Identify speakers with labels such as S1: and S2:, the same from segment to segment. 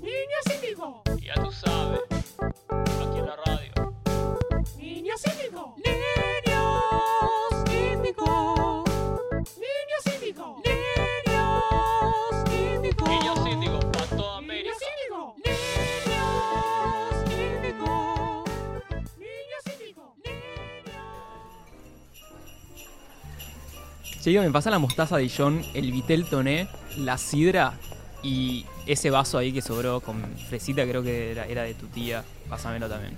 S1: Niños índigo,
S2: Ya tú sabes, aquí en la radio.
S1: niños índigo, niños índigo, niños índigo, niños índigo,
S2: Niños síndigos para toda América.
S1: niños índigo, niños índigo, niños índigo,
S3: Che, digo, me pasa la mostaza Dijon, el vitel toné, la sidra y ese vaso ahí que sobró con fresita, creo que era, era de tu tía. Pásamelo también.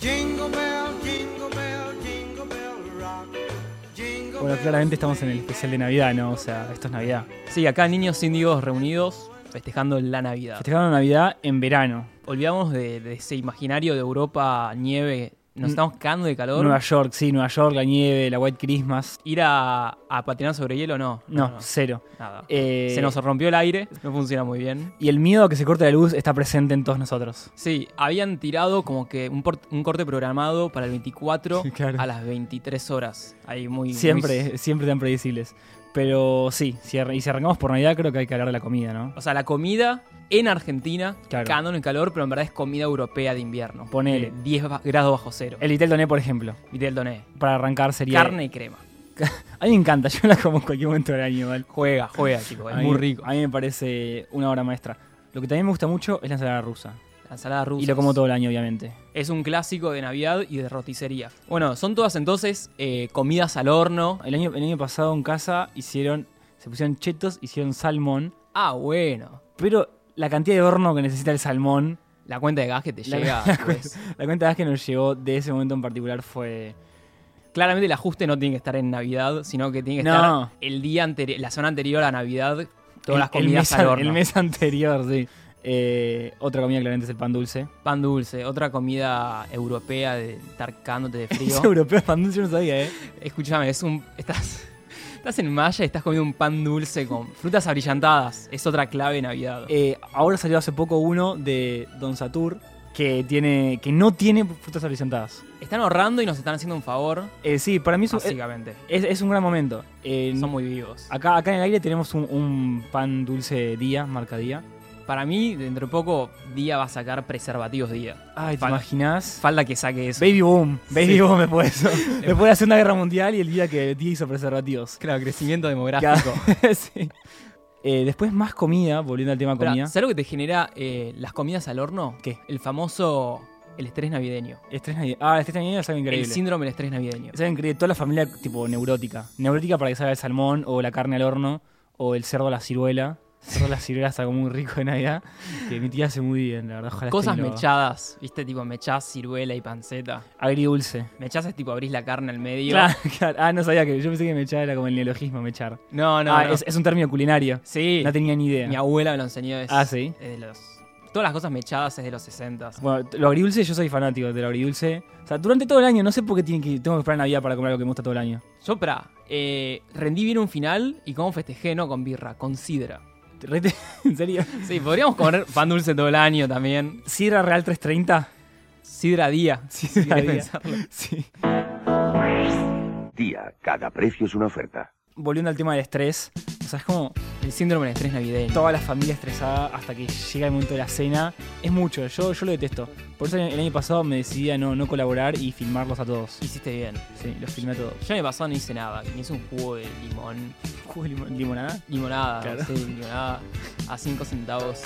S4: Jingle bell, jingle bell, jingle bell rock. Jingle
S5: Bueno, claramente estamos en el especial de Navidad, ¿no? O sea, esto es Navidad.
S3: Sí, acá niños índigos reunidos festejando la Navidad.
S5: Festejaron Navidad en verano.
S3: Olvidamos de, de ese imaginario de Europa, nieve. Nos
S5: Mm.
S3: estamos cagando de calor.
S5: Nueva York, sí, Nueva York, la nieve, la White Christmas.
S3: Ir a, a patinar sobre hielo, no.
S5: No, cero.
S3: nada.
S5: Eh,
S3: Ah. Se nos rompió el aire, no funciona muy bien.
S5: Y el miedo a que se corte la luz está presente en todos nosotros.
S3: Sí, habían tirado como que un, por- un corte programado para el 24
S5: Sí, claro.
S3: a las 23 horas. Ahí muy muy-
S5: Siempre, siempre tan predecibles. Pero sí, si ar- y si arrancamos por Navidad, creo que hay que hablar de la comida, ¿no?
S3: O sea, la comida en Argentina,
S5: Claro.
S3: cagando en el calor, pero en verdad es comida europea de invierno.
S5: Ponele.
S3: Eh, 10 ba- grados bajo cero.
S5: El Vitel Doné, por ejemplo,
S3: Vitel Doné.
S5: para arrancar sería.
S3: Carne y crema.
S5: A mí me encanta, yo la como en cualquier momento del año, ¿vale?
S3: Juega, juega, chicos. Es
S5: A mí-
S3: muy rico.
S5: A mí me parece una obra maestra. Lo que también me gusta mucho es la ensalada rusa.
S3: La ensalada rusa.
S5: Y lo como todo el año, obviamente.
S3: Es un clásico de Navidad y de roticería. Bueno, son todas entonces eh, comidas al horno.
S5: El año, el año pasado en casa hicieron, se pusieron chetos, hicieron salmón,
S3: Ah, bueno.
S5: pero la cantidad de horno que necesita el salmón,
S3: La cuenta de gas que te
S5: La-
S3: llega. pues.
S5: la cuenta de gas que nos llegó de ese momento en particular fue...
S3: Claramente el ajuste no tiene que estar en Navidad, sino que tiene que
S5: No.
S3: estar el día anterior, la zona anterior a Navidad, todas
S5: el-
S3: las
S5: el
S3: comidas
S5: mes,
S3: al
S5: an-
S3: horno.
S5: El mes anterior, sí. Eh, otra comida claramente es el pan dulce.
S3: Pan dulce, otra comida europea de estar cagándote de frío.
S5: Es europeo el pan dulce, yo no sabía, ¿eh?
S3: Escúchame, es un. Estás, estás en Maya y estás comiendo un pan dulce con frutas abrillantadas. Es otra clave de Navidad.
S5: Eh, Ahora salió hace poco uno de Don Satur que, tiene, que no tiene frutas apresentadas.
S3: Están ahorrando y nos están haciendo un favor,
S5: sí, para mí es, un-
S3: básicamente.
S5: es- es un gran momento. Eh,
S3: Son muy vivos.
S5: acá, acá en el aire tenemos un, un pan dulce día, marca día.
S3: Para mí, dentro de poco, Día va a sacar preservativos Día.
S5: Ay, ¿te
S3: Fal-
S5: imaginas?
S3: Falta que saque eso.
S5: Baby boom, baby
S3: Sí.
S5: boom después de eso. Después de la Segunda Guerra Mundial y el día que el día hizo preservativos.
S3: Claro, crecimiento demográfico.
S5: Sí. Eh, después más comida, volviendo al tema
S3: Pero,
S5: comida.
S3: ¿Sabes lo que te genera eh, las comidas al horno?
S5: ¿Qué?
S3: El famoso. El estrés navideño.
S5: Estrés navideño. Ah, estrés navideño es algo increíble.
S3: El síndrome del estrés navideño.
S5: Es algo increíble. Toda la familia tipo neurótica. Neurótica para que salga el salmón o la carne al horno o el cerdo a la ciruela. El cerdo a la ciruela es algo muy rico de Navidad. Que mi tía hace muy bien, la verdad. Ojalá
S3: Cosas
S5: esté viva.
S3: mechadas, ¿viste? Tipo mechás, ciruela y panceta.
S5: Agridulce.
S3: Mechás es tipo abrís la carne al medio.
S5: Claro, claro. Ah, no sabía que. Yo pensé que mechar era como el neologismo, mechar.
S3: No, no,
S5: ah,
S3: no.
S5: Es, es un término culinario.
S3: Sí,
S5: No tenía ni idea.
S3: mi abuela me lo enseñó. es-
S5: Ah, ¿sí?
S3: es de los... Todas las cosas mechadas es de los 60.
S5: Bueno, t- lo agridulce, yo soy fanático de lo agridulce. O sea, durante todo el año, no sé por qué tienen que, tengo que esperar Navidad para comer algo que me gusta todo el año.
S3: Yo, pra, eh, rendí bien un final y cómo festejé, no con birra, con sidra.
S5: Te- re- te- ¿En serio?
S3: Sí, podríamos comer pan dulce todo el año también.
S5: ¿Sidra Real 330?
S3: Sidra día. si querés
S5: día.
S3: pensarlo.
S5: Sí.
S6: Día, cada precio es una oferta.
S5: Volviendo al tema del estrés, o sea, es como
S3: El síndrome del estrés navideño.
S5: toda la familia estresada hasta que llega el momento de la cena. Es mucho, yo, yo lo detesto. Por eso el año pasado me decidí a no, no colaborar y filmarlos a todos.
S3: Hiciste bien.
S5: Sí, los filmé a todos.
S3: Yo me pasó, no hice nada. Me hice un jugo de limón.
S5: ¿Jugo de limon- limonada?
S3: Limonada,
S5: Claro.
S3: sí, limonada. A 5 centavos.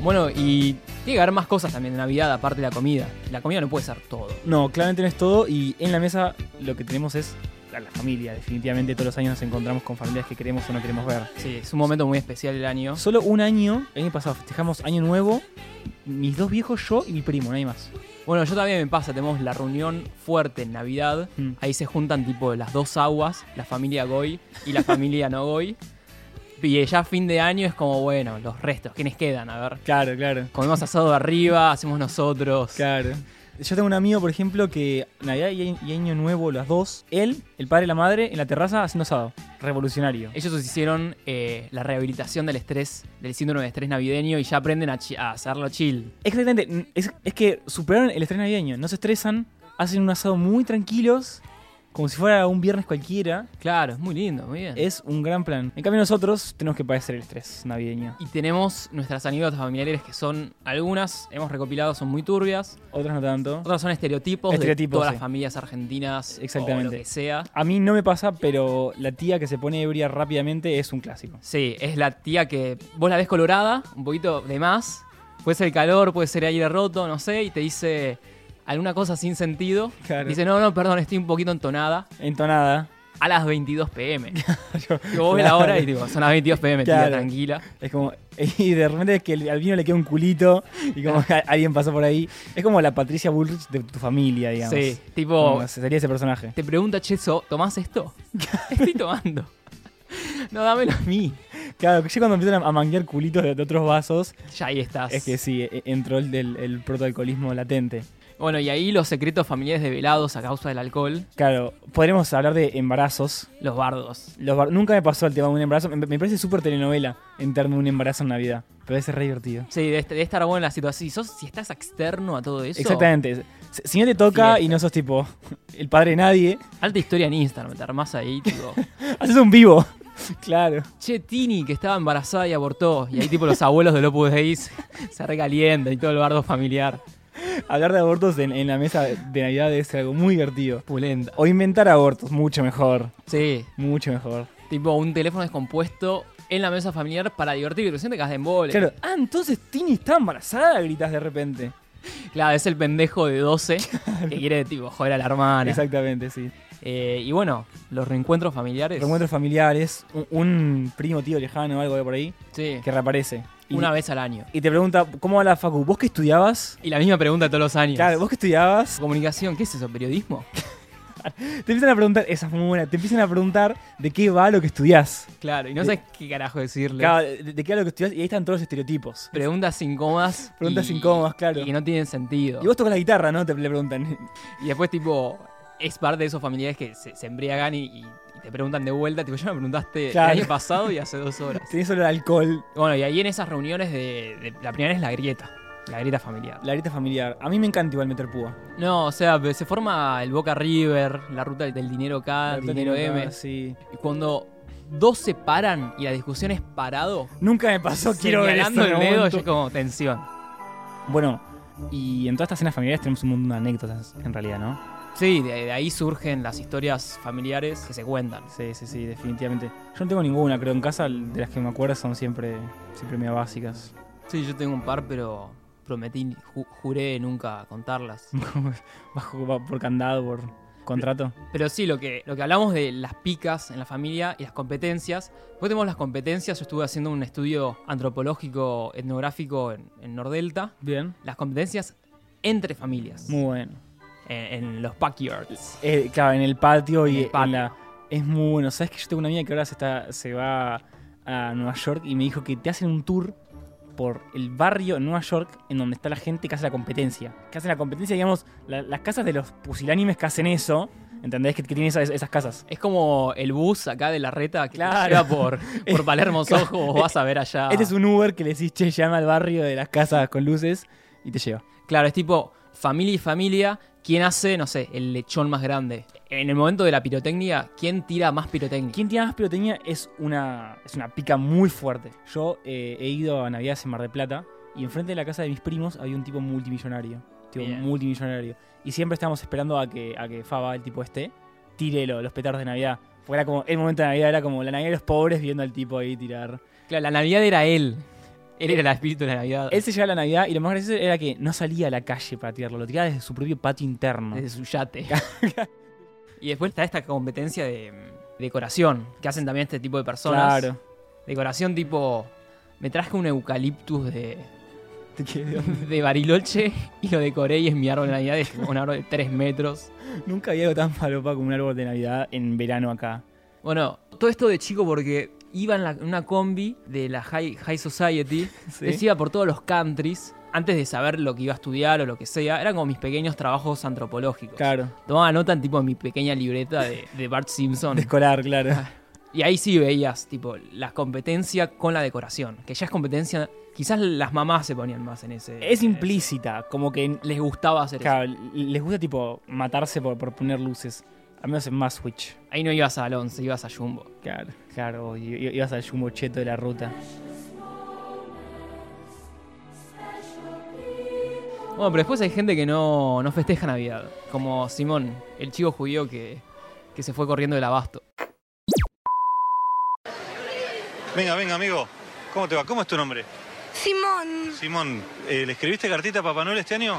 S3: Bueno, y tiene que haber más cosas también de Navidad, aparte de la comida. La comida no puede ser todo.
S5: No, claramente no es todo y en la mesa lo que tenemos es a la familia. Definitivamente todos los años nos encontramos con familias que queremos o no queremos ver.
S3: Sí, es un momento muy especial del año.
S5: Solo un año, el año pasado festejamos año nuevo, mis dos viejos, yo y mi primo, nadie más.
S3: Bueno, yo también me pasa, tenemos la reunión fuerte en Navidad.
S5: Mm.
S3: Ahí se juntan tipo las dos aguas, la familia Goy y la familia no Goy. Y eh, ya fin de año es como, bueno, los restos, ¿quiénes quedan? A ver.
S5: Claro, claro.
S3: Comemos asado de arriba, hacemos nosotros.
S5: Claro. Yo tengo un amigo, por ejemplo, que Navidad y y Año Nuevo, las dos, él, el padre y la madre, en la terraza haciendo asado. revolucionario.
S3: Ellos hicieron eh, la rehabilitación del estrés, del síndrome de estrés navideño y ya aprenden a, chi- a hacerlo chill.
S5: Exactamente, n- es, es que superaron el estrés navideño, no se estresan, hacen un asado muy tranquilos, como si fuera un viernes cualquiera.
S3: Claro, es muy lindo, muy bien.
S5: Es un gran plan. En cambio nosotros tenemos que padecer el estrés navideño.
S3: Y tenemos nuestras anécdotas familiares que son algunas, hemos recopilado, son muy turbias.
S5: Otras no tanto.
S3: Otras son estereotipos, de
S5: Estereotipos,
S3: todas
S5: sí.
S3: las familias argentinas
S5: Exactamente.
S3: o lo que sea.
S5: A mí no me pasa, pero la tía que se pone ebria rápidamente es un clásico.
S3: Sí, es la tía que vos la ves colorada, un poquito de más. Puede ser el calor, puede ser aire roto, no sé, y te dice alguna cosa sin sentido.
S5: Claro.
S3: Dice, no, no, perdón, estoy un poquito entonada.
S5: Entonada.
S3: A las 22 pm. Y vos ves la hora y digo, son las 22 pm, tía,
S5: Claro.
S3: tranquila.
S5: Es como, y de repente es que el- al vino le queda un culito y como que alguien pasó por ahí. Es como la Patricia Bullrich de tu familia, digamos.
S3: Sí, tipo,
S5: Como sería ese personaje.
S3: te pregunta, che, so, ¿tomás esto? estoy tomando. No, dámelo a mí.
S5: Claro, ya cuando empiezan a a manguear culitos de, de otros vasos,
S3: Ya ahí estás.
S5: es que sí, e- entró el, del- el protoalcoholismo latente.
S3: Bueno, y ahí los secretos familiares develados a causa del alcohol,
S5: Claro, podríamos hablar de embarazos.
S3: los bardos.
S5: Los bar- Nunca me pasó el tema de un embarazo. Me, me parece súper telenovela enterarme de un embarazo en Navidad. Pero es re divertido.
S3: Sí, de, de estar bueno en la situación. Si, sos, si estás externo a todo eso.
S5: Exactamente. Si, si no te toca
S3: Fiesta.
S5: y no sos tipo el padre de nadie,
S3: Alta historia en Instagram, te armás ahí, tipo.
S5: haces un vivo. claro.
S3: che, Tini, que estaba embarazada y abortó. Y ahí, tipo, los abuelos del Opus Dei se se recalientan y todo el bardo familiar.
S5: Hablar de abortos en, en la mesa de Navidad debe ser algo muy divertido.
S3: Pulenta.
S5: O inventar abortos, mucho mejor.
S3: Sí,
S5: Mucho mejor.
S3: tipo, un teléfono descompuesto en la mesa familiar para divertir. Recién te quedas de embole.
S5: Claro. Ah, entonces Tini está embarazada, gritas de repente.
S3: Claro, es el pendejo de 12 que quiere, tipo, joder a la hermana.
S5: Exactamente, sí.
S3: Eh, y bueno, los reencuentros familiares.
S5: Reencuentros familiares, un, un primo tío lejano o algo de por ahí,
S3: Sí,
S5: que reaparece. Y,
S3: una vez al año.
S5: y te pregunta, ¿cómo va la Facu? ¿Vos qué estudiabas?
S3: Y la misma pregunta todos los años.
S5: Claro, ¿vos qué estudiabas?
S3: Comunicación, ¿qué es eso? ¿Periodismo?
S5: Te empiezan a preguntar, esa es muy buena, te empiezan a preguntar de qué va lo que estudias.
S3: Claro, y no
S5: Eh,
S3: sabes qué carajo decirle.
S5: de, de qué va lo que estudias y ahí están todos los estereotipos.
S3: Preguntas sin comas.
S5: Preguntas sin comas, claro.
S3: Y que no tienen sentido.
S5: Y vos tocas la guitarra, ¿no? Te le preguntan.
S3: Y después, tipo, es parte de esos familiares que se, se embriagan y, y- y te preguntan de vuelta. Tipo, ya me preguntaste
S5: Claro.
S3: el año pasado y hace dos horas.
S5: Tenés solo alcohol,
S3: Bueno, y ahí en esas reuniones de, de- La primera es la grieta. La grieta familiar.
S5: la grieta familiar. A mí me encanta igual meter púa.
S3: No, o sea, se forma el Boca River, la ruta del dinero K,
S5: La
S3: el
S5: verdad
S3: Ah, dinero
S5: que
S3: M.
S5: nunca- sí.
S3: Y cuando dos se paran y la discusión es parado,
S5: Nunca me pasó, quiero ver
S3: señalando
S5: esto en
S3: el
S5: algún
S3: dedo,
S5: momento.
S3: yo como tensión.
S5: Bueno, y en todas estas cenas familiares tenemos un montón de anécdotas, en realidad, ¿no?
S3: Sí, de, de ahí surgen las historias familiares que se cuentan.
S5: Sí, sí, sí, definitivamente. Yo no tengo ninguna, creo. En casa, de las que me acuerdo, son siempre, siempre medio básicas.
S3: Sí, yo tengo un par, pero prometí, ju- juré nunca contarlas.
S5: Bajo va por candado, por contrato.
S3: Pero sí, lo que, lo que hablamos de las picas en la familia y las competencias. Después tenemos las competencias. Yo estuve haciendo un estudio antropológico etnográfico en, en Nordelta.
S5: Bien.
S3: Las competencias entre familias.
S5: Muy bueno.
S3: En, en los backyards.
S5: Eh, claro, en el patio
S3: En
S5: y
S3: el patio.
S5: en la. Es muy bueno. Sabes que yo tengo una amiga que ahora se, está, se va a Nueva York y me dijo que te hacen un tour por el barrio en Nueva York en donde está la gente que hace la competencia. Que hace la competencia, digamos, la- las casas de los pusilánimes que hacen eso. ¿Entendés? Que, que tienen esas, esas casas.
S3: Es como el bus acá de la reta que te
S5: Claro.
S3: lleva por, por Palermo Sojo. Vos vas a ver allá.
S5: Este es un Uber que le decís, che, llama al barrio de las casas con luces y te lleva.
S3: Claro, es tipo familia y familia. ¿Quién hace, no sé, el lechón más grande? En el momento de la pirotecnia, ¿quién tira más pirotecnia?
S5: Quien tiene más pirotecnia es una, es una pica muy fuerte. Yo eh, he ido a Navidades en Mar del Plata y enfrente de la casa de mis primos había un tipo multimillonario. Tipo
S3: Bien.
S5: multimillonario. Y siempre estábamos esperando a que, a que Faba, el tipo este, tire lo- los petardos de Navidad. Porque era como, el momento de Navidad era como la Navidad de los pobres viendo al tipo ahí tirar.
S3: Claro, la Navidad era él. Él era el espíritu de la Navidad.
S5: Él se llevaba la Navidad y lo más gracioso era que no salía a la calle para tirarlo, lo tiraba desde su propio patio interno.
S3: desde su yate. y después está esta competencia de mm, decoración que hacen también este tipo de personas.
S5: Claro.
S3: Decoración tipo, me traje un eucaliptus de,
S5: Te quedé-
S3: de Bariloche y lo decoré y es mi árbol de Navidad, es un árbol de 3 metros.
S5: Nunca había algo tan falopa como un árbol de Navidad en verano acá.
S3: Bueno, todo esto de chico porque iba en, la- en una combi de la High, high Society,
S5: Sí.
S3: les iba por todos los countries, antes de saber lo que iba a estudiar o lo que sea, eran como mis pequeños trabajos antropológicos.
S5: Claro.
S3: Tomaba nota en tipo en mi pequeña libreta de, de Bart Simpson.
S5: De escolar, claro.
S3: Y ahí sí veías, tipo, la competencia con la decoración. Que ya es competencia. Quizás las mamás se ponían más en ese.
S5: Es
S3: en
S5: implícita, como que
S3: ese- Les gustaba hacer
S5: claro, les gusta tipo matarse por, por poner luces. A menos en más Switch.
S3: eso. Ahí no ibas al 11, ibas a Jumbo.
S5: Claro, claro, i- i- ibas al jumbo cheto de la ruta.
S3: Bueno, pero después hay gente que no, no festeja Navidad. Como Simón, el chico judío que, que se fue corriendo del abasto.
S7: Venga, venga, amigo. ¿Cómo te va? ¿Cómo es tu nombre?
S8: Simón,
S7: Simón, eh, ¿le escribiste cartita a Papá Noel este año?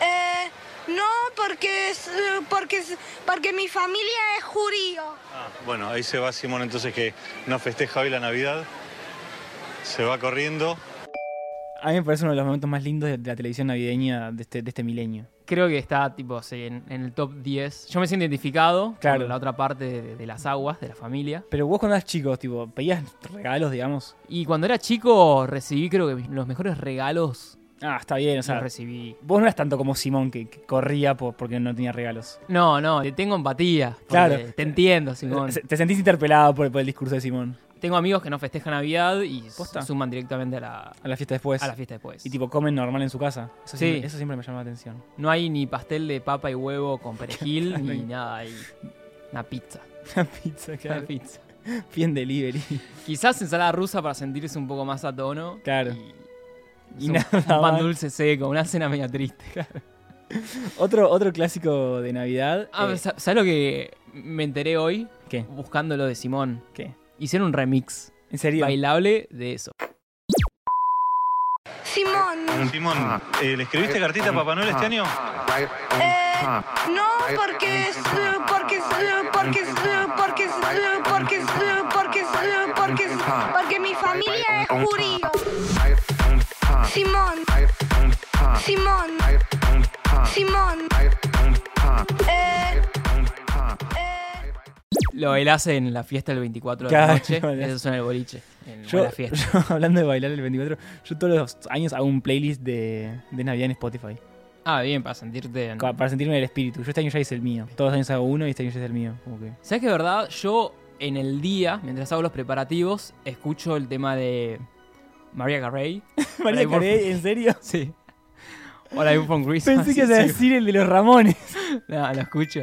S8: eh, no porque es, eh, porque es- porque mi familia es judío.
S7: Ah, bueno, ahí se va Simón entonces que no festeja hoy la Navidad. Se va corriendo.
S5: A mí me parece uno de los momentos más lindos de, de la televisión navideña de este, de este milenio.
S3: Creo que está, tipo, sí, en, en el top 10. Yo me siento identificado
S5: Claro.
S3: con la otra parte de- de las aguas, de la familia.
S5: Pero vos cuando eras chico, tipo, pedías regalos, digamos.
S3: Y cuando era chico recibí creo que mis- los mejores regalos
S5: Ah, está bien, o sea,
S3: los recibí.
S5: vos no eras tanto como Simón que, que corría por- porque no tenía regalos.
S3: No, no, te tengo empatía. porque
S5: Claro.
S3: Te entiendo, Simón.
S5: Se- Te sentís interpelado por, por el discurso de Simón.
S3: Tengo amigos que no festejan Navidad y s-
S5: Posta.
S3: suman directamente a la,
S5: A la fiesta después.
S3: a la fiesta después.
S5: Y tipo, comen normal en su casa. Eso,
S3: Sí.
S5: siempre, eso siempre me llama la atención.
S3: no hay ni pastel de papa y huevo con perejil ni nada, hay una pizza.
S5: La pizza,
S3: una
S5: claro.
S3: pizza.
S5: Bien delivery.
S3: Quizás ensalada rusa para sentirse un poco más a tono.
S5: Claro.
S3: Y,
S5: Y
S3: y un,
S5: nada
S3: un pan
S5: más.
S3: dulce seco, una cena media triste.
S5: Otro, otro clásico de Navidad.
S3: Ah,
S5: eh,
S3: sa- ¿Sabes lo que me enteré hoy?
S5: ¿Qué?
S3: Buscando lo de Simón.
S5: ¿Qué?
S3: Hicieron un remix.
S5: ¿En serio?
S3: bailable de eso.
S8: Simón,
S7: Simón, eh, ¿le escribiste cartita a Papá Noel este año?
S8: eh, no porque es, eh, porque es, eh, porque es, eh, porque es, eh, porque es, eh, porque es, eh, porque es- porque mi familia es judío. Simón, Simón, Simón, eh, eh.
S3: Lo bailás en la fiesta del 24 de
S5: Claro,
S3: la noche.
S5: lo bailás.
S3: Eso suena el boliche. En
S5: Yo,
S3: la fiesta.
S5: yo, hablando de bailar el 24, yo todos los años hago un playlist de, de Navidad en Spotify.
S3: Ah, bien, para sentirte. en-
S5: Ca- Para sentirme el espíritu. Yo este año ya hice el mío. Todos los años hago uno y este año ya hice el mío. Como que-
S3: ¿Sabes que verdad? Yo en el día, mientras hago los preparativos, escucho el tema de María Carey. All
S5: María
S3: I want
S5: Carey,
S3: for-
S5: ¿en serio?
S3: Sí. Hola, I want from Christmas.
S5: Pensé que ibas a
S3: Sí,
S5: decir el de los Ramones.
S3: No, lo escucho.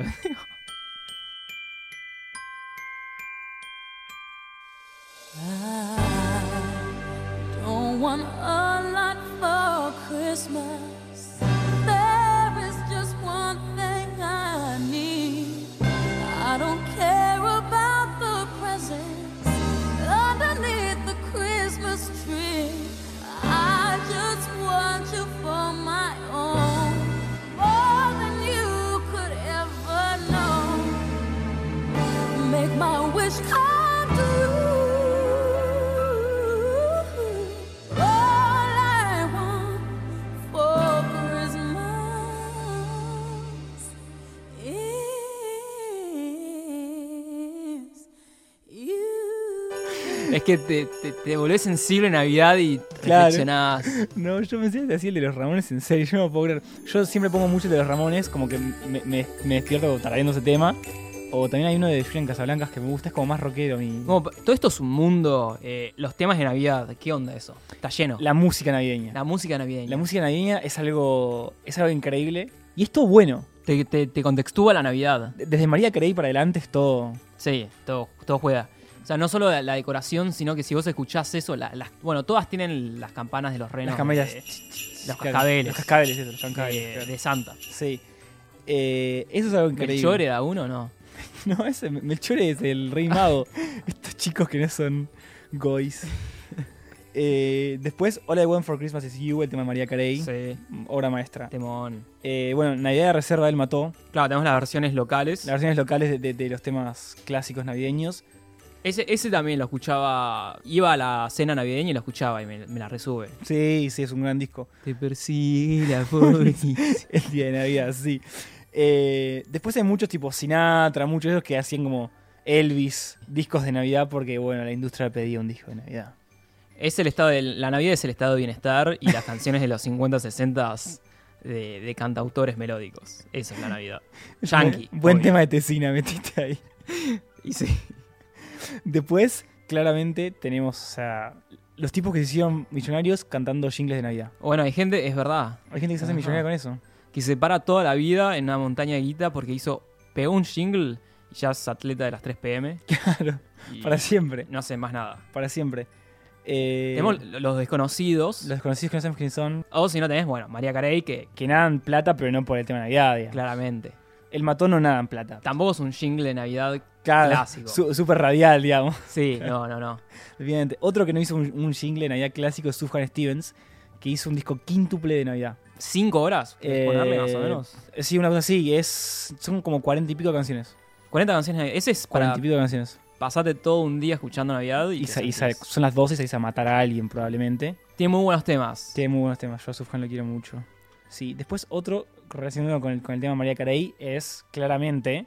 S9: Don't want a lot for Christmas. There is just one thing I need. I don't care about the presents underneath the Christmas tree. I just want you for my own, more than you could ever know make my wish come true. All I want for Christmas is you.
S3: Es que te, te, te volvés sensible en Navidad y
S5: Claro.
S3: reflexionás.
S5: No, yo pensé que te hacía el de los Ramones en serio, yo no puedo creer. Yo siempre pongo mucho el de los Ramones, como que me, me- me despierto tarareando ese tema. O también hay uno de Julian Casablancas que me gusta, es como más rockero. Mi...
S3: Como pa- todo esto es un mundo. eh, los temas de Navidad, ¿qué onda eso? Está lleno. La,
S5: La música navideña. La,
S3: música navideña.
S5: música navideña es algo, es algo increíble. Y es todo bueno.
S3: te, te, te contextúa la Navidad.
S5: De- Desde María Carey para adelante es todo.
S3: Sí, todo, todo juega. O sea, no solo la, la decoración, sino que si vos escuchás eso, la- las, bueno, todas tienen las campanas de los renos.
S5: las camellas.
S3: De,
S5: Claro,
S3: cascabeles.
S5: Los cascabeles, eso, los cascabeles.
S3: de-
S5: claro.
S3: de Santa.
S5: Sí. Eh, eso es algo increíble.
S3: ¿Melchor da uno no?
S5: No, ese Melchor es el rey mago. Estos chicos que no son goys. Eh, después, All I Want for Christmas is You, el tema de María Carey.
S3: Sí.
S5: Obra maestra.
S3: Temón.
S5: Eh, bueno, Navidad de Reserva él mató.
S3: Claro, tenemos las versiones locales.
S5: Las versiones locales de, de- de los temas clásicos navideños.
S3: Ese, ese también lo escuchaba. Iba a la cena navideña y lo escuchaba y me, me la resube.
S5: Sí, sí, es un gran disco.
S3: Te persigue la
S5: El día de Navidad, sí. Eh, después hay muchos tipo Sinatra, muchos de esos que hacían como Elvis, discos de Navidad, porque bueno, la industria pedía un disco de Navidad.
S3: Es el estado del- la Navidad es el estado de bienestar y las canciones de los 50, 60 de, de cantautores melódicos. Eso es la Navidad. Yankee.
S5: Buen
S3: obvio.
S5: tema de Tesina metiste ahí.
S3: Y sí.
S5: Después, claramente, tenemos o sea, los tipos que se hicieron millonarios cantando jingles de Navidad.
S3: Bueno, hay gente, es verdad,
S5: Hay gente que se hace
S3: Ajá.
S5: millonaria con eso.
S3: que se para toda la vida en una montaña de guita porque hizo, pegó un jingle y ya es atleta de las 3 pm.
S5: Claro,
S3: y
S5: para siempre.
S3: No hace más nada.
S5: Para siempre. Eh,
S3: Tenemos los desconocidos.
S5: los desconocidos que no sabemos quiénes son,
S3: O si no tenés, bueno, María Carey, que
S5: que nadan plata, pero no por el tema de Navidad. digamos.
S3: claramente.
S5: El matón no nada en plata.
S3: Tampoco es un jingle de Navidad
S5: Claro,
S3: clásico.
S5: su- Súper radial, digamos.
S3: Sí, no, no, no.
S5: Evidentemente. Otro que no hizo un, un jingle de Navidad clásico es Sufjan Stevens, que hizo un disco quíntuple de Navidad.
S3: ¿Cinco horas? ¿Puedes
S5: Eh,
S3: ponerle más o menos?
S5: Eh, Sí, una cosa así, es, son como cuarenta y pico de canciones.
S3: 40 canciones. de Navidad. Ese es para
S5: Cuarenta y pico de canciones.
S3: pasarte todo un día escuchando Navidad. Y,
S5: Y
S3: que
S5: sa- y sa-
S3: sentís-
S5: son las 12 y salís a matar a alguien probablemente.
S3: Tiene muy buenos temas.
S5: Tiene muy buenos temas, yo a Sufjan lo quiero mucho. Sí, después otro relacionado con el, con el tema de María Carey es claramente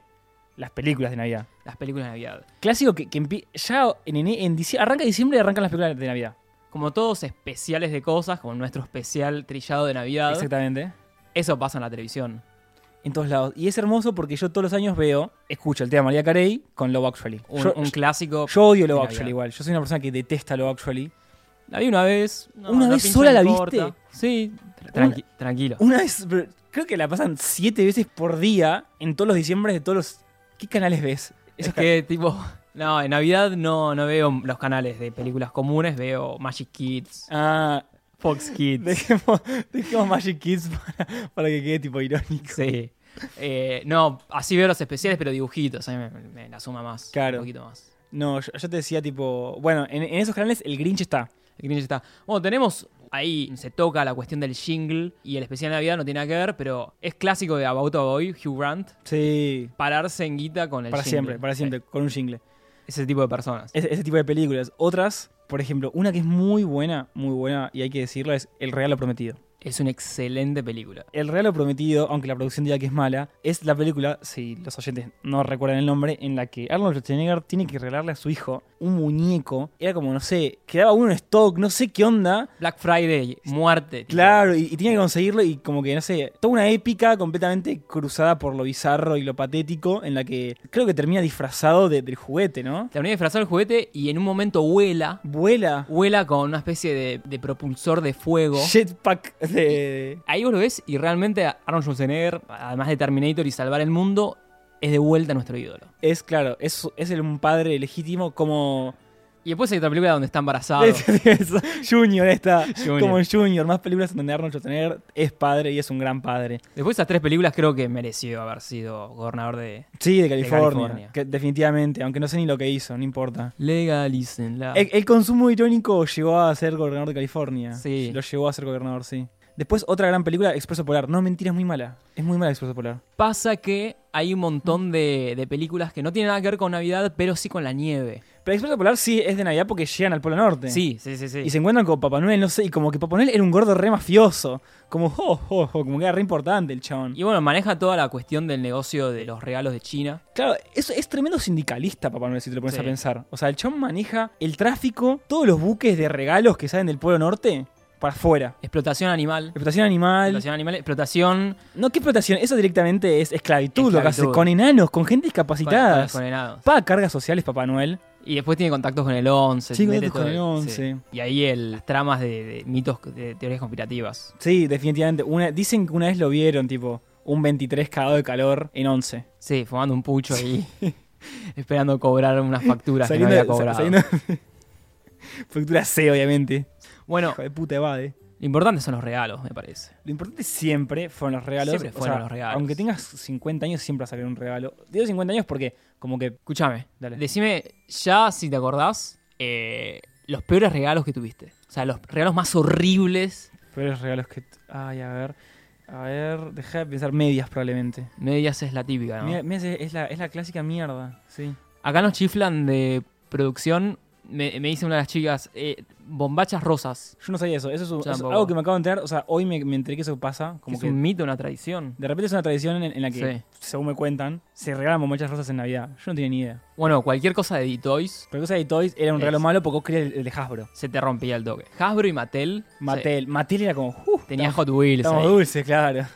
S5: las películas de Navidad.
S3: Las películas de Navidad.
S5: Clásico que, que empie- ya en, ene- en dicie- arranca diciembre y arrancan las películas de Navidad.
S3: Como todos especiales de cosas, como nuestro especial trillado de Navidad.
S5: Exactamente.
S3: Eso pasa en la televisión.
S5: En todos lados. Y es hermoso porque yo todos los años veo, escucho el tema de María Carey con Love Actually.
S3: Un,
S5: yo,
S3: un clásico.
S5: yo odio Love
S3: de
S5: Actually
S3: Navidad.
S5: igual. Yo soy una persona que detesta Love Actually.
S3: La vi una vez. no,
S5: ¿Una vez
S3: pinché
S5: sola
S3: en
S5: la
S3: corta.
S5: viste?
S3: Sí. Tranqui- Tranquilo.
S5: Una vez, pero creo que la pasan siete veces por día en todos los diciembres de todos los... ¿Qué canales ves?
S3: Es
S5: Esos
S3: que, tipo, no, en Navidad no, no veo los canales de películas comunes, veo Magic Kids,
S5: can- Ah,
S3: Fox Kids.
S5: Dejemos, dejemos Magic Kids para, para que quede tipo irónico.
S3: Sí. Eh, no, así veo los especiales, pero dibujitos, a mí me, me la suma más.
S5: Claro.
S3: Un poquito más.
S5: No, yo, yo te decía tipo, bueno, en, en esos canales el Grinch está.
S3: El Grinch está. Bueno, tenemos ahí, se toca la cuestión del jingle y el especial de Navidad no tiene nada que ver, pero es clásico de About a Boy, Hugh Grant,
S5: Sí.
S3: pararse en guita con el
S5: Para
S3: jingle.
S5: siempre, para siempre, con un jingle.
S3: Ese tipo de personas.
S5: Ese, ese tipo de películas. Otras, por ejemplo, una que es muy buena, muy buena, y hay que decirlo, es El Regalo Prometido.
S3: Es una excelente película.
S5: El Regalo Prometido, aunque la producción diga que es mala, es la película, si los oyentes no recuerdan el nombre, en la que Arnold Schwarzenegger tiene que regalarle a su hijo un muñeco. Era como, no sé, quedaba uno en stock, no sé qué onda.
S3: Black Friday, muerte. tipo.
S5: Claro, y, y tiene que conseguirlo y como que, no sé, toda una épica completamente cruzada por lo bizarro y lo patético en la que creo que termina disfrazado de- del juguete, ¿no?
S3: Termina disfrazado el juguete y en un momento vuela.
S5: Vuela.
S3: Vuela con una especie de, de propulsor de fuego.
S5: Jetpack de...
S3: Ahí vos lo ves y realmente Arnold Schwarzenegger, además de Terminator y salvar el mundo, es de vuelta nuestro ídolo.
S5: Es claro, es, es el- un padre legítimo como...
S3: Y después hay otra película donde está embarazado.
S5: Junior está,
S3: Junior.
S5: como Junior, más películas en donde Arnold Schwarzenegger es padre y es un gran padre.
S3: Después de esas tres películas creo que mereció haber sido gobernador de...
S5: Sí, de California,
S3: California.
S5: que definitivamente, aunque no sé ni lo que hizo, no importa.
S3: Legalicen la...
S5: El, el consumo irónico llegó a ser gobernador de California.
S3: Sí.
S5: Lo llevó a ser gobernador, sí. Después otra gran película, Expreso Polar. No, mentira, es muy mala. Es muy mala Expreso Polar.
S3: Pasa que hay un montón de, de películas que no tienen nada que ver con Navidad, pero sí con la nieve.
S5: Pero Expreso Polar sí es de Navidad porque llegan al Polo Norte.
S3: Sí, sí, sí, sí.
S5: Y se encuentran con Papá Noel, no sé, y como que Papá Noel era un gordo re mafioso. Como, jo, jo, jo, como que era re importante el chabón.
S3: Y bueno, maneja toda la cuestión del negocio de los regalos de China.
S5: Claro, es, es tremendo sindicalista Papá Noel, si te lo pones
S3: Sí.
S5: a pensar. O sea, el chabón maneja el tráfico, todos los buques de regalos que salen del Polo Norte para afuera.
S3: Explotación animal.
S5: Explotación animal.
S3: Explotación animal, explotación
S5: No, ¿qué explotación? Eso directamente es esclavitud, lo que hace
S3: Esclavitud.
S5: con enanos, con gente
S3: con-
S5: discapacitada.
S3: con enanos.
S5: Paga cargas sociales, Papá Noel.
S3: Y después tiene contactos con el 11.
S5: Sí,
S3: mete
S5: contactos
S3: todo
S5: con el
S3: sí.
S5: 11.
S3: Y ahí el, las tramas de, de mitos, de teorías conspirativas.
S5: Sí, definitivamente. Una, dicen que una vez lo vieron, tipo, un 23 cagado de calor en 11.
S3: Sí, fumando un pucho ahí, esperando cobrar unas facturas que no había cobrado.
S5: saliendo- Factura C, obviamente.
S3: Bueno,
S5: Hijo de puta evade.
S3: lo importante son los regalos, me parece.
S5: Lo importante siempre fueron los regalos.
S3: Siempre
S5: o
S3: fueron
S5: sea,
S3: los regalos.
S5: Aunque tengas 50 años, siempre vas a querer un regalo. Digo 50 años porque, como que.
S3: Escúchame,
S5: Dale.
S3: decime ya, si te acordás, eh, los peores regalos que tuviste. O sea, los regalos más horribles,
S5: Pero los regalos que. Ay, a ver. A ver, deja de pensar medias probablemente.
S3: medias es la típica, ¿no?
S5: Mira, mira, es- es, la, es la clásica mierda, sí.
S3: Acá nos chiflan de producción, me, me dice una de las chicas, eh, bombachas rosas.
S5: Yo no sabía eso, eso es, un-
S3: Yo
S5: es
S3: tampoco.
S5: algo que me acabo de enterar, o sea, hoy me, me enteré que eso pasa, como
S3: es
S5: que
S3: un mito, una tradición.
S5: de repente es una tradición en, en la que,
S3: Sí.
S5: según me cuentan, se regalan muchas rosas en Navidad. Yo no tenía ni idea.
S3: Bueno, cualquier cosa de D-Toys
S5: Pero cosa de Toys era un
S3: Es.
S5: regalo malo porque vos querías el, el de Hasbro.
S3: se te rompía el toque. Hasbro y Mattel.
S5: Mattel, Mattel era como, uh,
S3: se- tenía Hot Wheels. eh.
S5: estamos
S3: ahí.
S5: dulces, claro.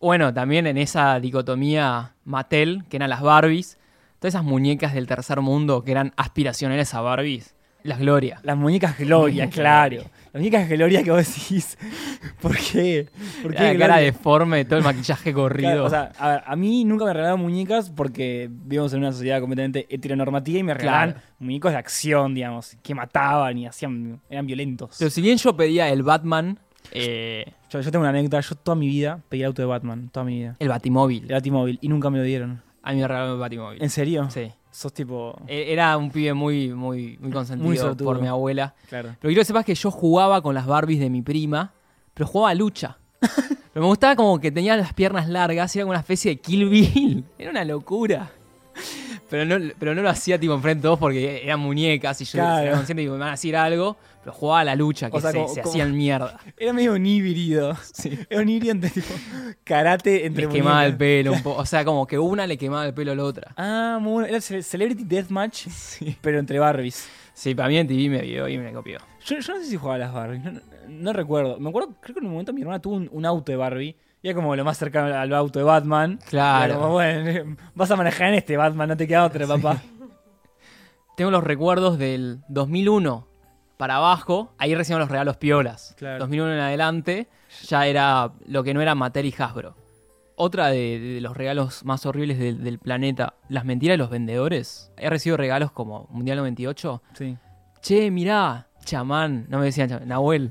S3: Bueno, también en esa dicotomía Mattel, que eran las Barbies, Todas esas muñecas del tercer mundo que eran aspiracionales a Barbies. Las Gloria.
S5: Las muñecas Gloria, claro. Las muñecas Gloria que vos decís. ¿Por qué? ¿Por qué
S3: La Ah, cara
S5: Gloria?
S3: deforme, todo el maquillaje corrido.
S5: Claro, o sea, a, ver, a mí nunca me regalaron muñecas porque vivimos en una sociedad completamente heteronormativa y me regalaban
S3: Claro.
S5: muñecos de acción, digamos, que mataban y hacían, eran violentos.
S3: Pero si bien yo pedía el Batman, eh,
S5: Yo, yo tengo una anécdota, yo toda mi vida pedí el auto de Batman, toda mi vida.
S3: el Batimóvil.
S5: El Batimóvil, y nunca me lo dieron.
S3: A mí me regalaron el Batimóvil.
S5: ¿En serio?
S3: Sí.
S5: Sos tipo...
S3: E- Era un pibe muy, muy, muy consentido
S5: Muy sortudo.
S3: por mi abuela.
S5: Claro.
S3: Lo que quiero que sepas es que yo jugaba con las Barbies de mi prima, pero jugaba a lucha. Pero me gustaba como que tenía las piernas largas, era como una especie de Kill Bill. Era una locura. Pero no, pero no lo hacía tipo enfrente a vos porque eran muñecas y yo
S5: Claro.
S3: era consciente de que me van a decir algo, pero jugaba a la lucha, que
S5: O sea,
S3: se,
S5: como-
S3: se
S5: como-
S3: hacían mierda.
S5: Era medio un híbrido. Era un híbrido entre tipo karate, entre
S3: Les quemaba el
S5: muñecas.
S3: pelo un poco. O sea, como que una le quemaba el pelo a la otra.
S5: Ah, muy bueno. Era ce- Celebrity Deathmatch, pero entre Barbies.
S3: Sí, para mí en TV me vio y me copió.
S5: Yo, yo no sé si jugaba a las Barbies, no, no- no recuerdo. Me acuerdo, creo que en un momento mi hermana tuvo un, un auto de Barbie. Y era como lo más cercano al auto de Batman.
S3: Claro.
S5: Era como, bueno, vas a manejar en este Batman, no te queda otra, papá.
S3: Tengo los recuerdos del 2001 para abajo, ahí recibieron los regalos piolas.
S5: Claro.
S3: 2001 en adelante ya era lo que no era Mattel y Hasbro. Otra de, de los regalos más horribles del, del planeta, las mentiras de los vendedores. He recibido regalos como Mundial 98.
S5: Sí.
S3: Che, mirá, chamán, no me decían chamán, Nahuel.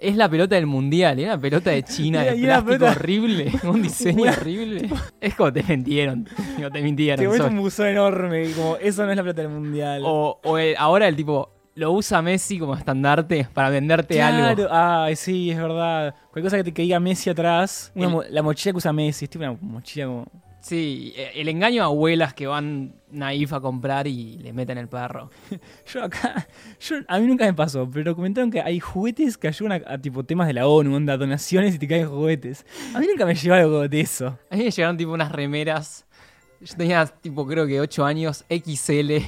S3: Es la pelota del mundial, era una pelota de China,
S5: Mira,
S3: de
S5: y era
S3: plástico
S5: pelota-
S3: horrible, un diseño horrible. Es como te mentieron, digo, te mintieron.
S5: Te
S3: sos-
S5: pones un buzo enorme, y como, eso no es la plata del mundial.
S3: o, o el- ahora el tipo lo usa Messi como estandarte para venderte algo.
S5: Claro, ay, sí, es verdad. Cualquier cosa que te que diga Messi atrás. una
S3: El-
S5: mo- la mochila que usa Messi, es tipo una mochila como.
S3: Sí, eh, el engaño a abuelas que van naif a comprar y le meten el perro.
S5: Yo acá, yo, a mí nunca me pasó, pero comentaron que hay juguetes que ayudan a, a tipo temas de la ONU, onda donaciones y te caen juguetes. A mí nunca me llegó algo de eso.
S3: A mí me llegaron tipo unas remeras. Yo tenía tipo creo que 8 años XL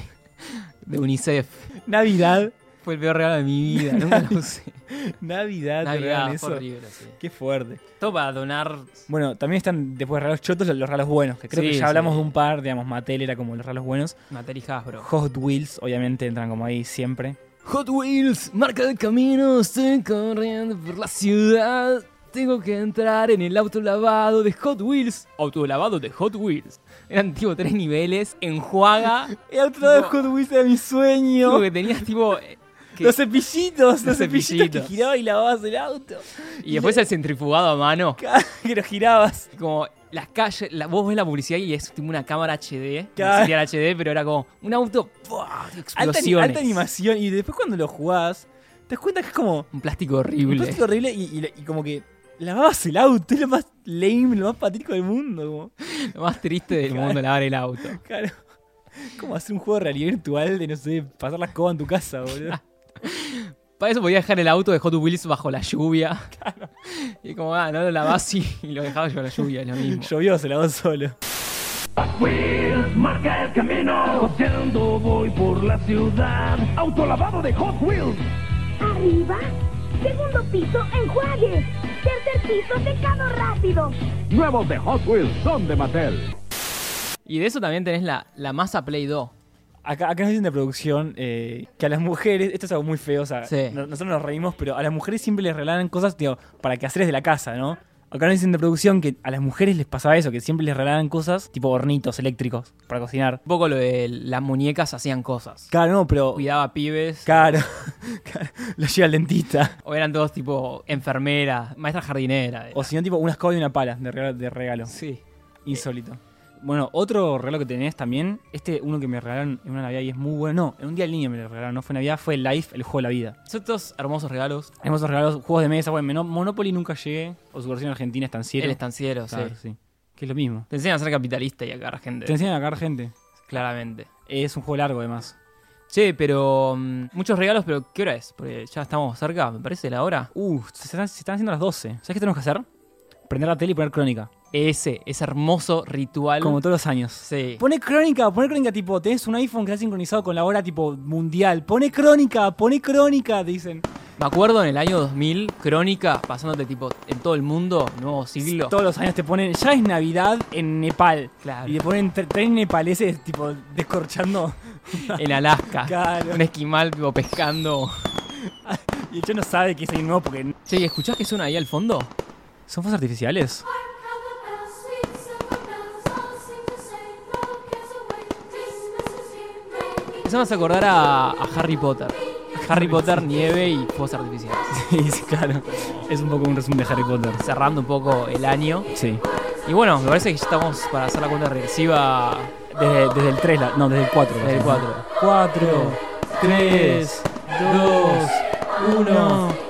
S3: de UNICEF.
S5: Navidad,
S3: Fue el peor regalo de mi vida, nunca lo usé.
S5: Navidad, te regalan
S3: Navidad, fue
S5: eso.
S3: horrible, sí.
S5: Qué fuerte.
S3: Todo para donar.
S5: Bueno, también están después regalos chotos los regalos buenos, que creo
S3: Sí,
S5: que
S3: sí.
S5: ya hablamos de un par, digamos, Mattel era como los regalos buenos.
S3: Materi Hasbro.
S5: Hot Wheels, obviamente, entran como ahí siempre.
S3: Hot Wheels, marca de camino, estoy corriendo por la ciudad. Tengo que entrar en el auto lavado de Hot Wheels. Auto lavado de Hot Wheels. Eran tipo tres niveles, enjuaga.
S5: El auto de Hot Wheels era mi sueño.
S3: Tipo que tenías tipo. eh, que-
S5: Los cepillitos, los
S3: Los
S5: cepillitos que
S3: cepillitos.
S5: girabas y lavabas el auto.
S3: y después el centrifugado a mano.
S5: que lo girabas.
S3: Como las calles, la, vos ves la publicidad y es tipo una cámara HD. No
S5: Claro.
S3: existía el HD, pero era como un auto. ¡buah!
S5: Alta, ani-
S3: Explosiones.
S5: alta animación. Y después cuando lo jugás, te das cuenta que es como
S3: Un plástico
S5: un
S3: horrible.
S5: plástico horrible y, y- y como que lavabas el auto. Es lo más lame, lo más patético del mundo. Como,
S3: Lo más triste del mundo, lavar el auto.
S5: claro. Como hacer un juego de realidad virtual de, no sé, pasar la escoba en tu casa, boludo.
S3: Para eso podía dejar el auto de Hot Wheels bajo la lluvia. Y como, ah, no lo lavás y, y lo dejabas bajo la lluvia, es lo mismo.
S5: Llovió, se lavó solo.
S4: Wheels marca el camino. Coteando voy por la ciudad. Autolavado de Hot Wheels.
S8: Arriba, segundo piso, enjuague. Tercer piso, secado rápido.
S4: Nuevos de Hot Wheels son de Mattel.
S3: Y de eso también tenés la, la masa Play 2.
S5: Acá, acá nos dicen de producción eh, que a las mujeres, esto es algo muy feo, o sea,
S3: Sí.
S5: no- nosotros nos reímos, pero a las mujeres siempre les regalan cosas tío, para que hacer de la casa, ¿no? Acá nos dicen de producción que a las mujeres les pasaba eso, que siempre les regalaban cosas tipo hornitos eléctricos para cocinar.
S3: Un poco lo de las muñecas hacían cosas.
S5: Claro, no, pero.
S3: Cuidaba a pibes.
S5: Claro, claro, lo lleva al dentista.
S3: O eran todos tipo enfermeras, maestra jardinera.
S5: O si no, tipo una escoba y una pala de regalo. De regalo.
S3: sí.
S5: Insólito. Bueno, otro regalo que tenés también, este uno que me regalaron en una Navidad y es muy bueno. No, en un día del niño me lo regalaron, no fue Navidad, fue Life, el juego de la vida.
S3: Son todos hermosos regalos.
S5: Hermosos regalos, juegos de mesa, bueno, Mono- Monopoly nunca llegué, o su versión argentina estanciero.
S3: El estanciero,
S5: Claro,
S3: sí.
S5: sí. Que es lo mismo.
S3: Te enseñan a ser capitalista y a cagar gente.
S5: Te enseñan a cagar gente.
S3: Claramente.
S5: Es un juego largo además.
S3: Che, pero. mm, muchos regalos, pero ¿qué hora es? Porque ya estamos cerca, me parece, la hora.
S5: Uh, se están, se están haciendo las 12. ¿Sabes qué tenemos que hacer? Prender la tele y poner crónica.
S3: Ese, ese hermoso ritual.
S5: Como todos los años.
S3: Sí.
S5: Pone crónica, pone crónica, tipo, tenés un iPhone que está sincronizado con la hora tipo mundial. Pone crónica, pone crónica, te dicen.
S3: Me acuerdo en el año 2000, crónica, pasándote tipo en todo el mundo, nuevo siglo.
S5: Todos los años te ponen, ya es Navidad en Nepal.
S3: Claro.
S5: Y te ponen tre- tres nepaleses, tipo, descorchando
S3: En Alaska.
S5: Claro.
S3: Un esquimal tipo pescando.
S5: Y el chavo no sabe que es año nuevo porque.
S3: Che, ¿y ¿escuchás que suena ahí al fondo?
S5: ¿Son fuegos artificiales?
S3: Eso me hace acordar a, a Harry Potter. Harry Potter, nieve y fuegos artificiales.
S5: Sí, sí, claro. Es un poco un resumen de Harry Potter.
S3: Cerrando un poco el año.
S5: Sí.
S3: Y bueno, me parece que ya estamos para hacer la cuenta regresiva
S5: Desde, desde el 3, no, desde el 4.
S3: del 4.
S5: 4, 3, 2, 1.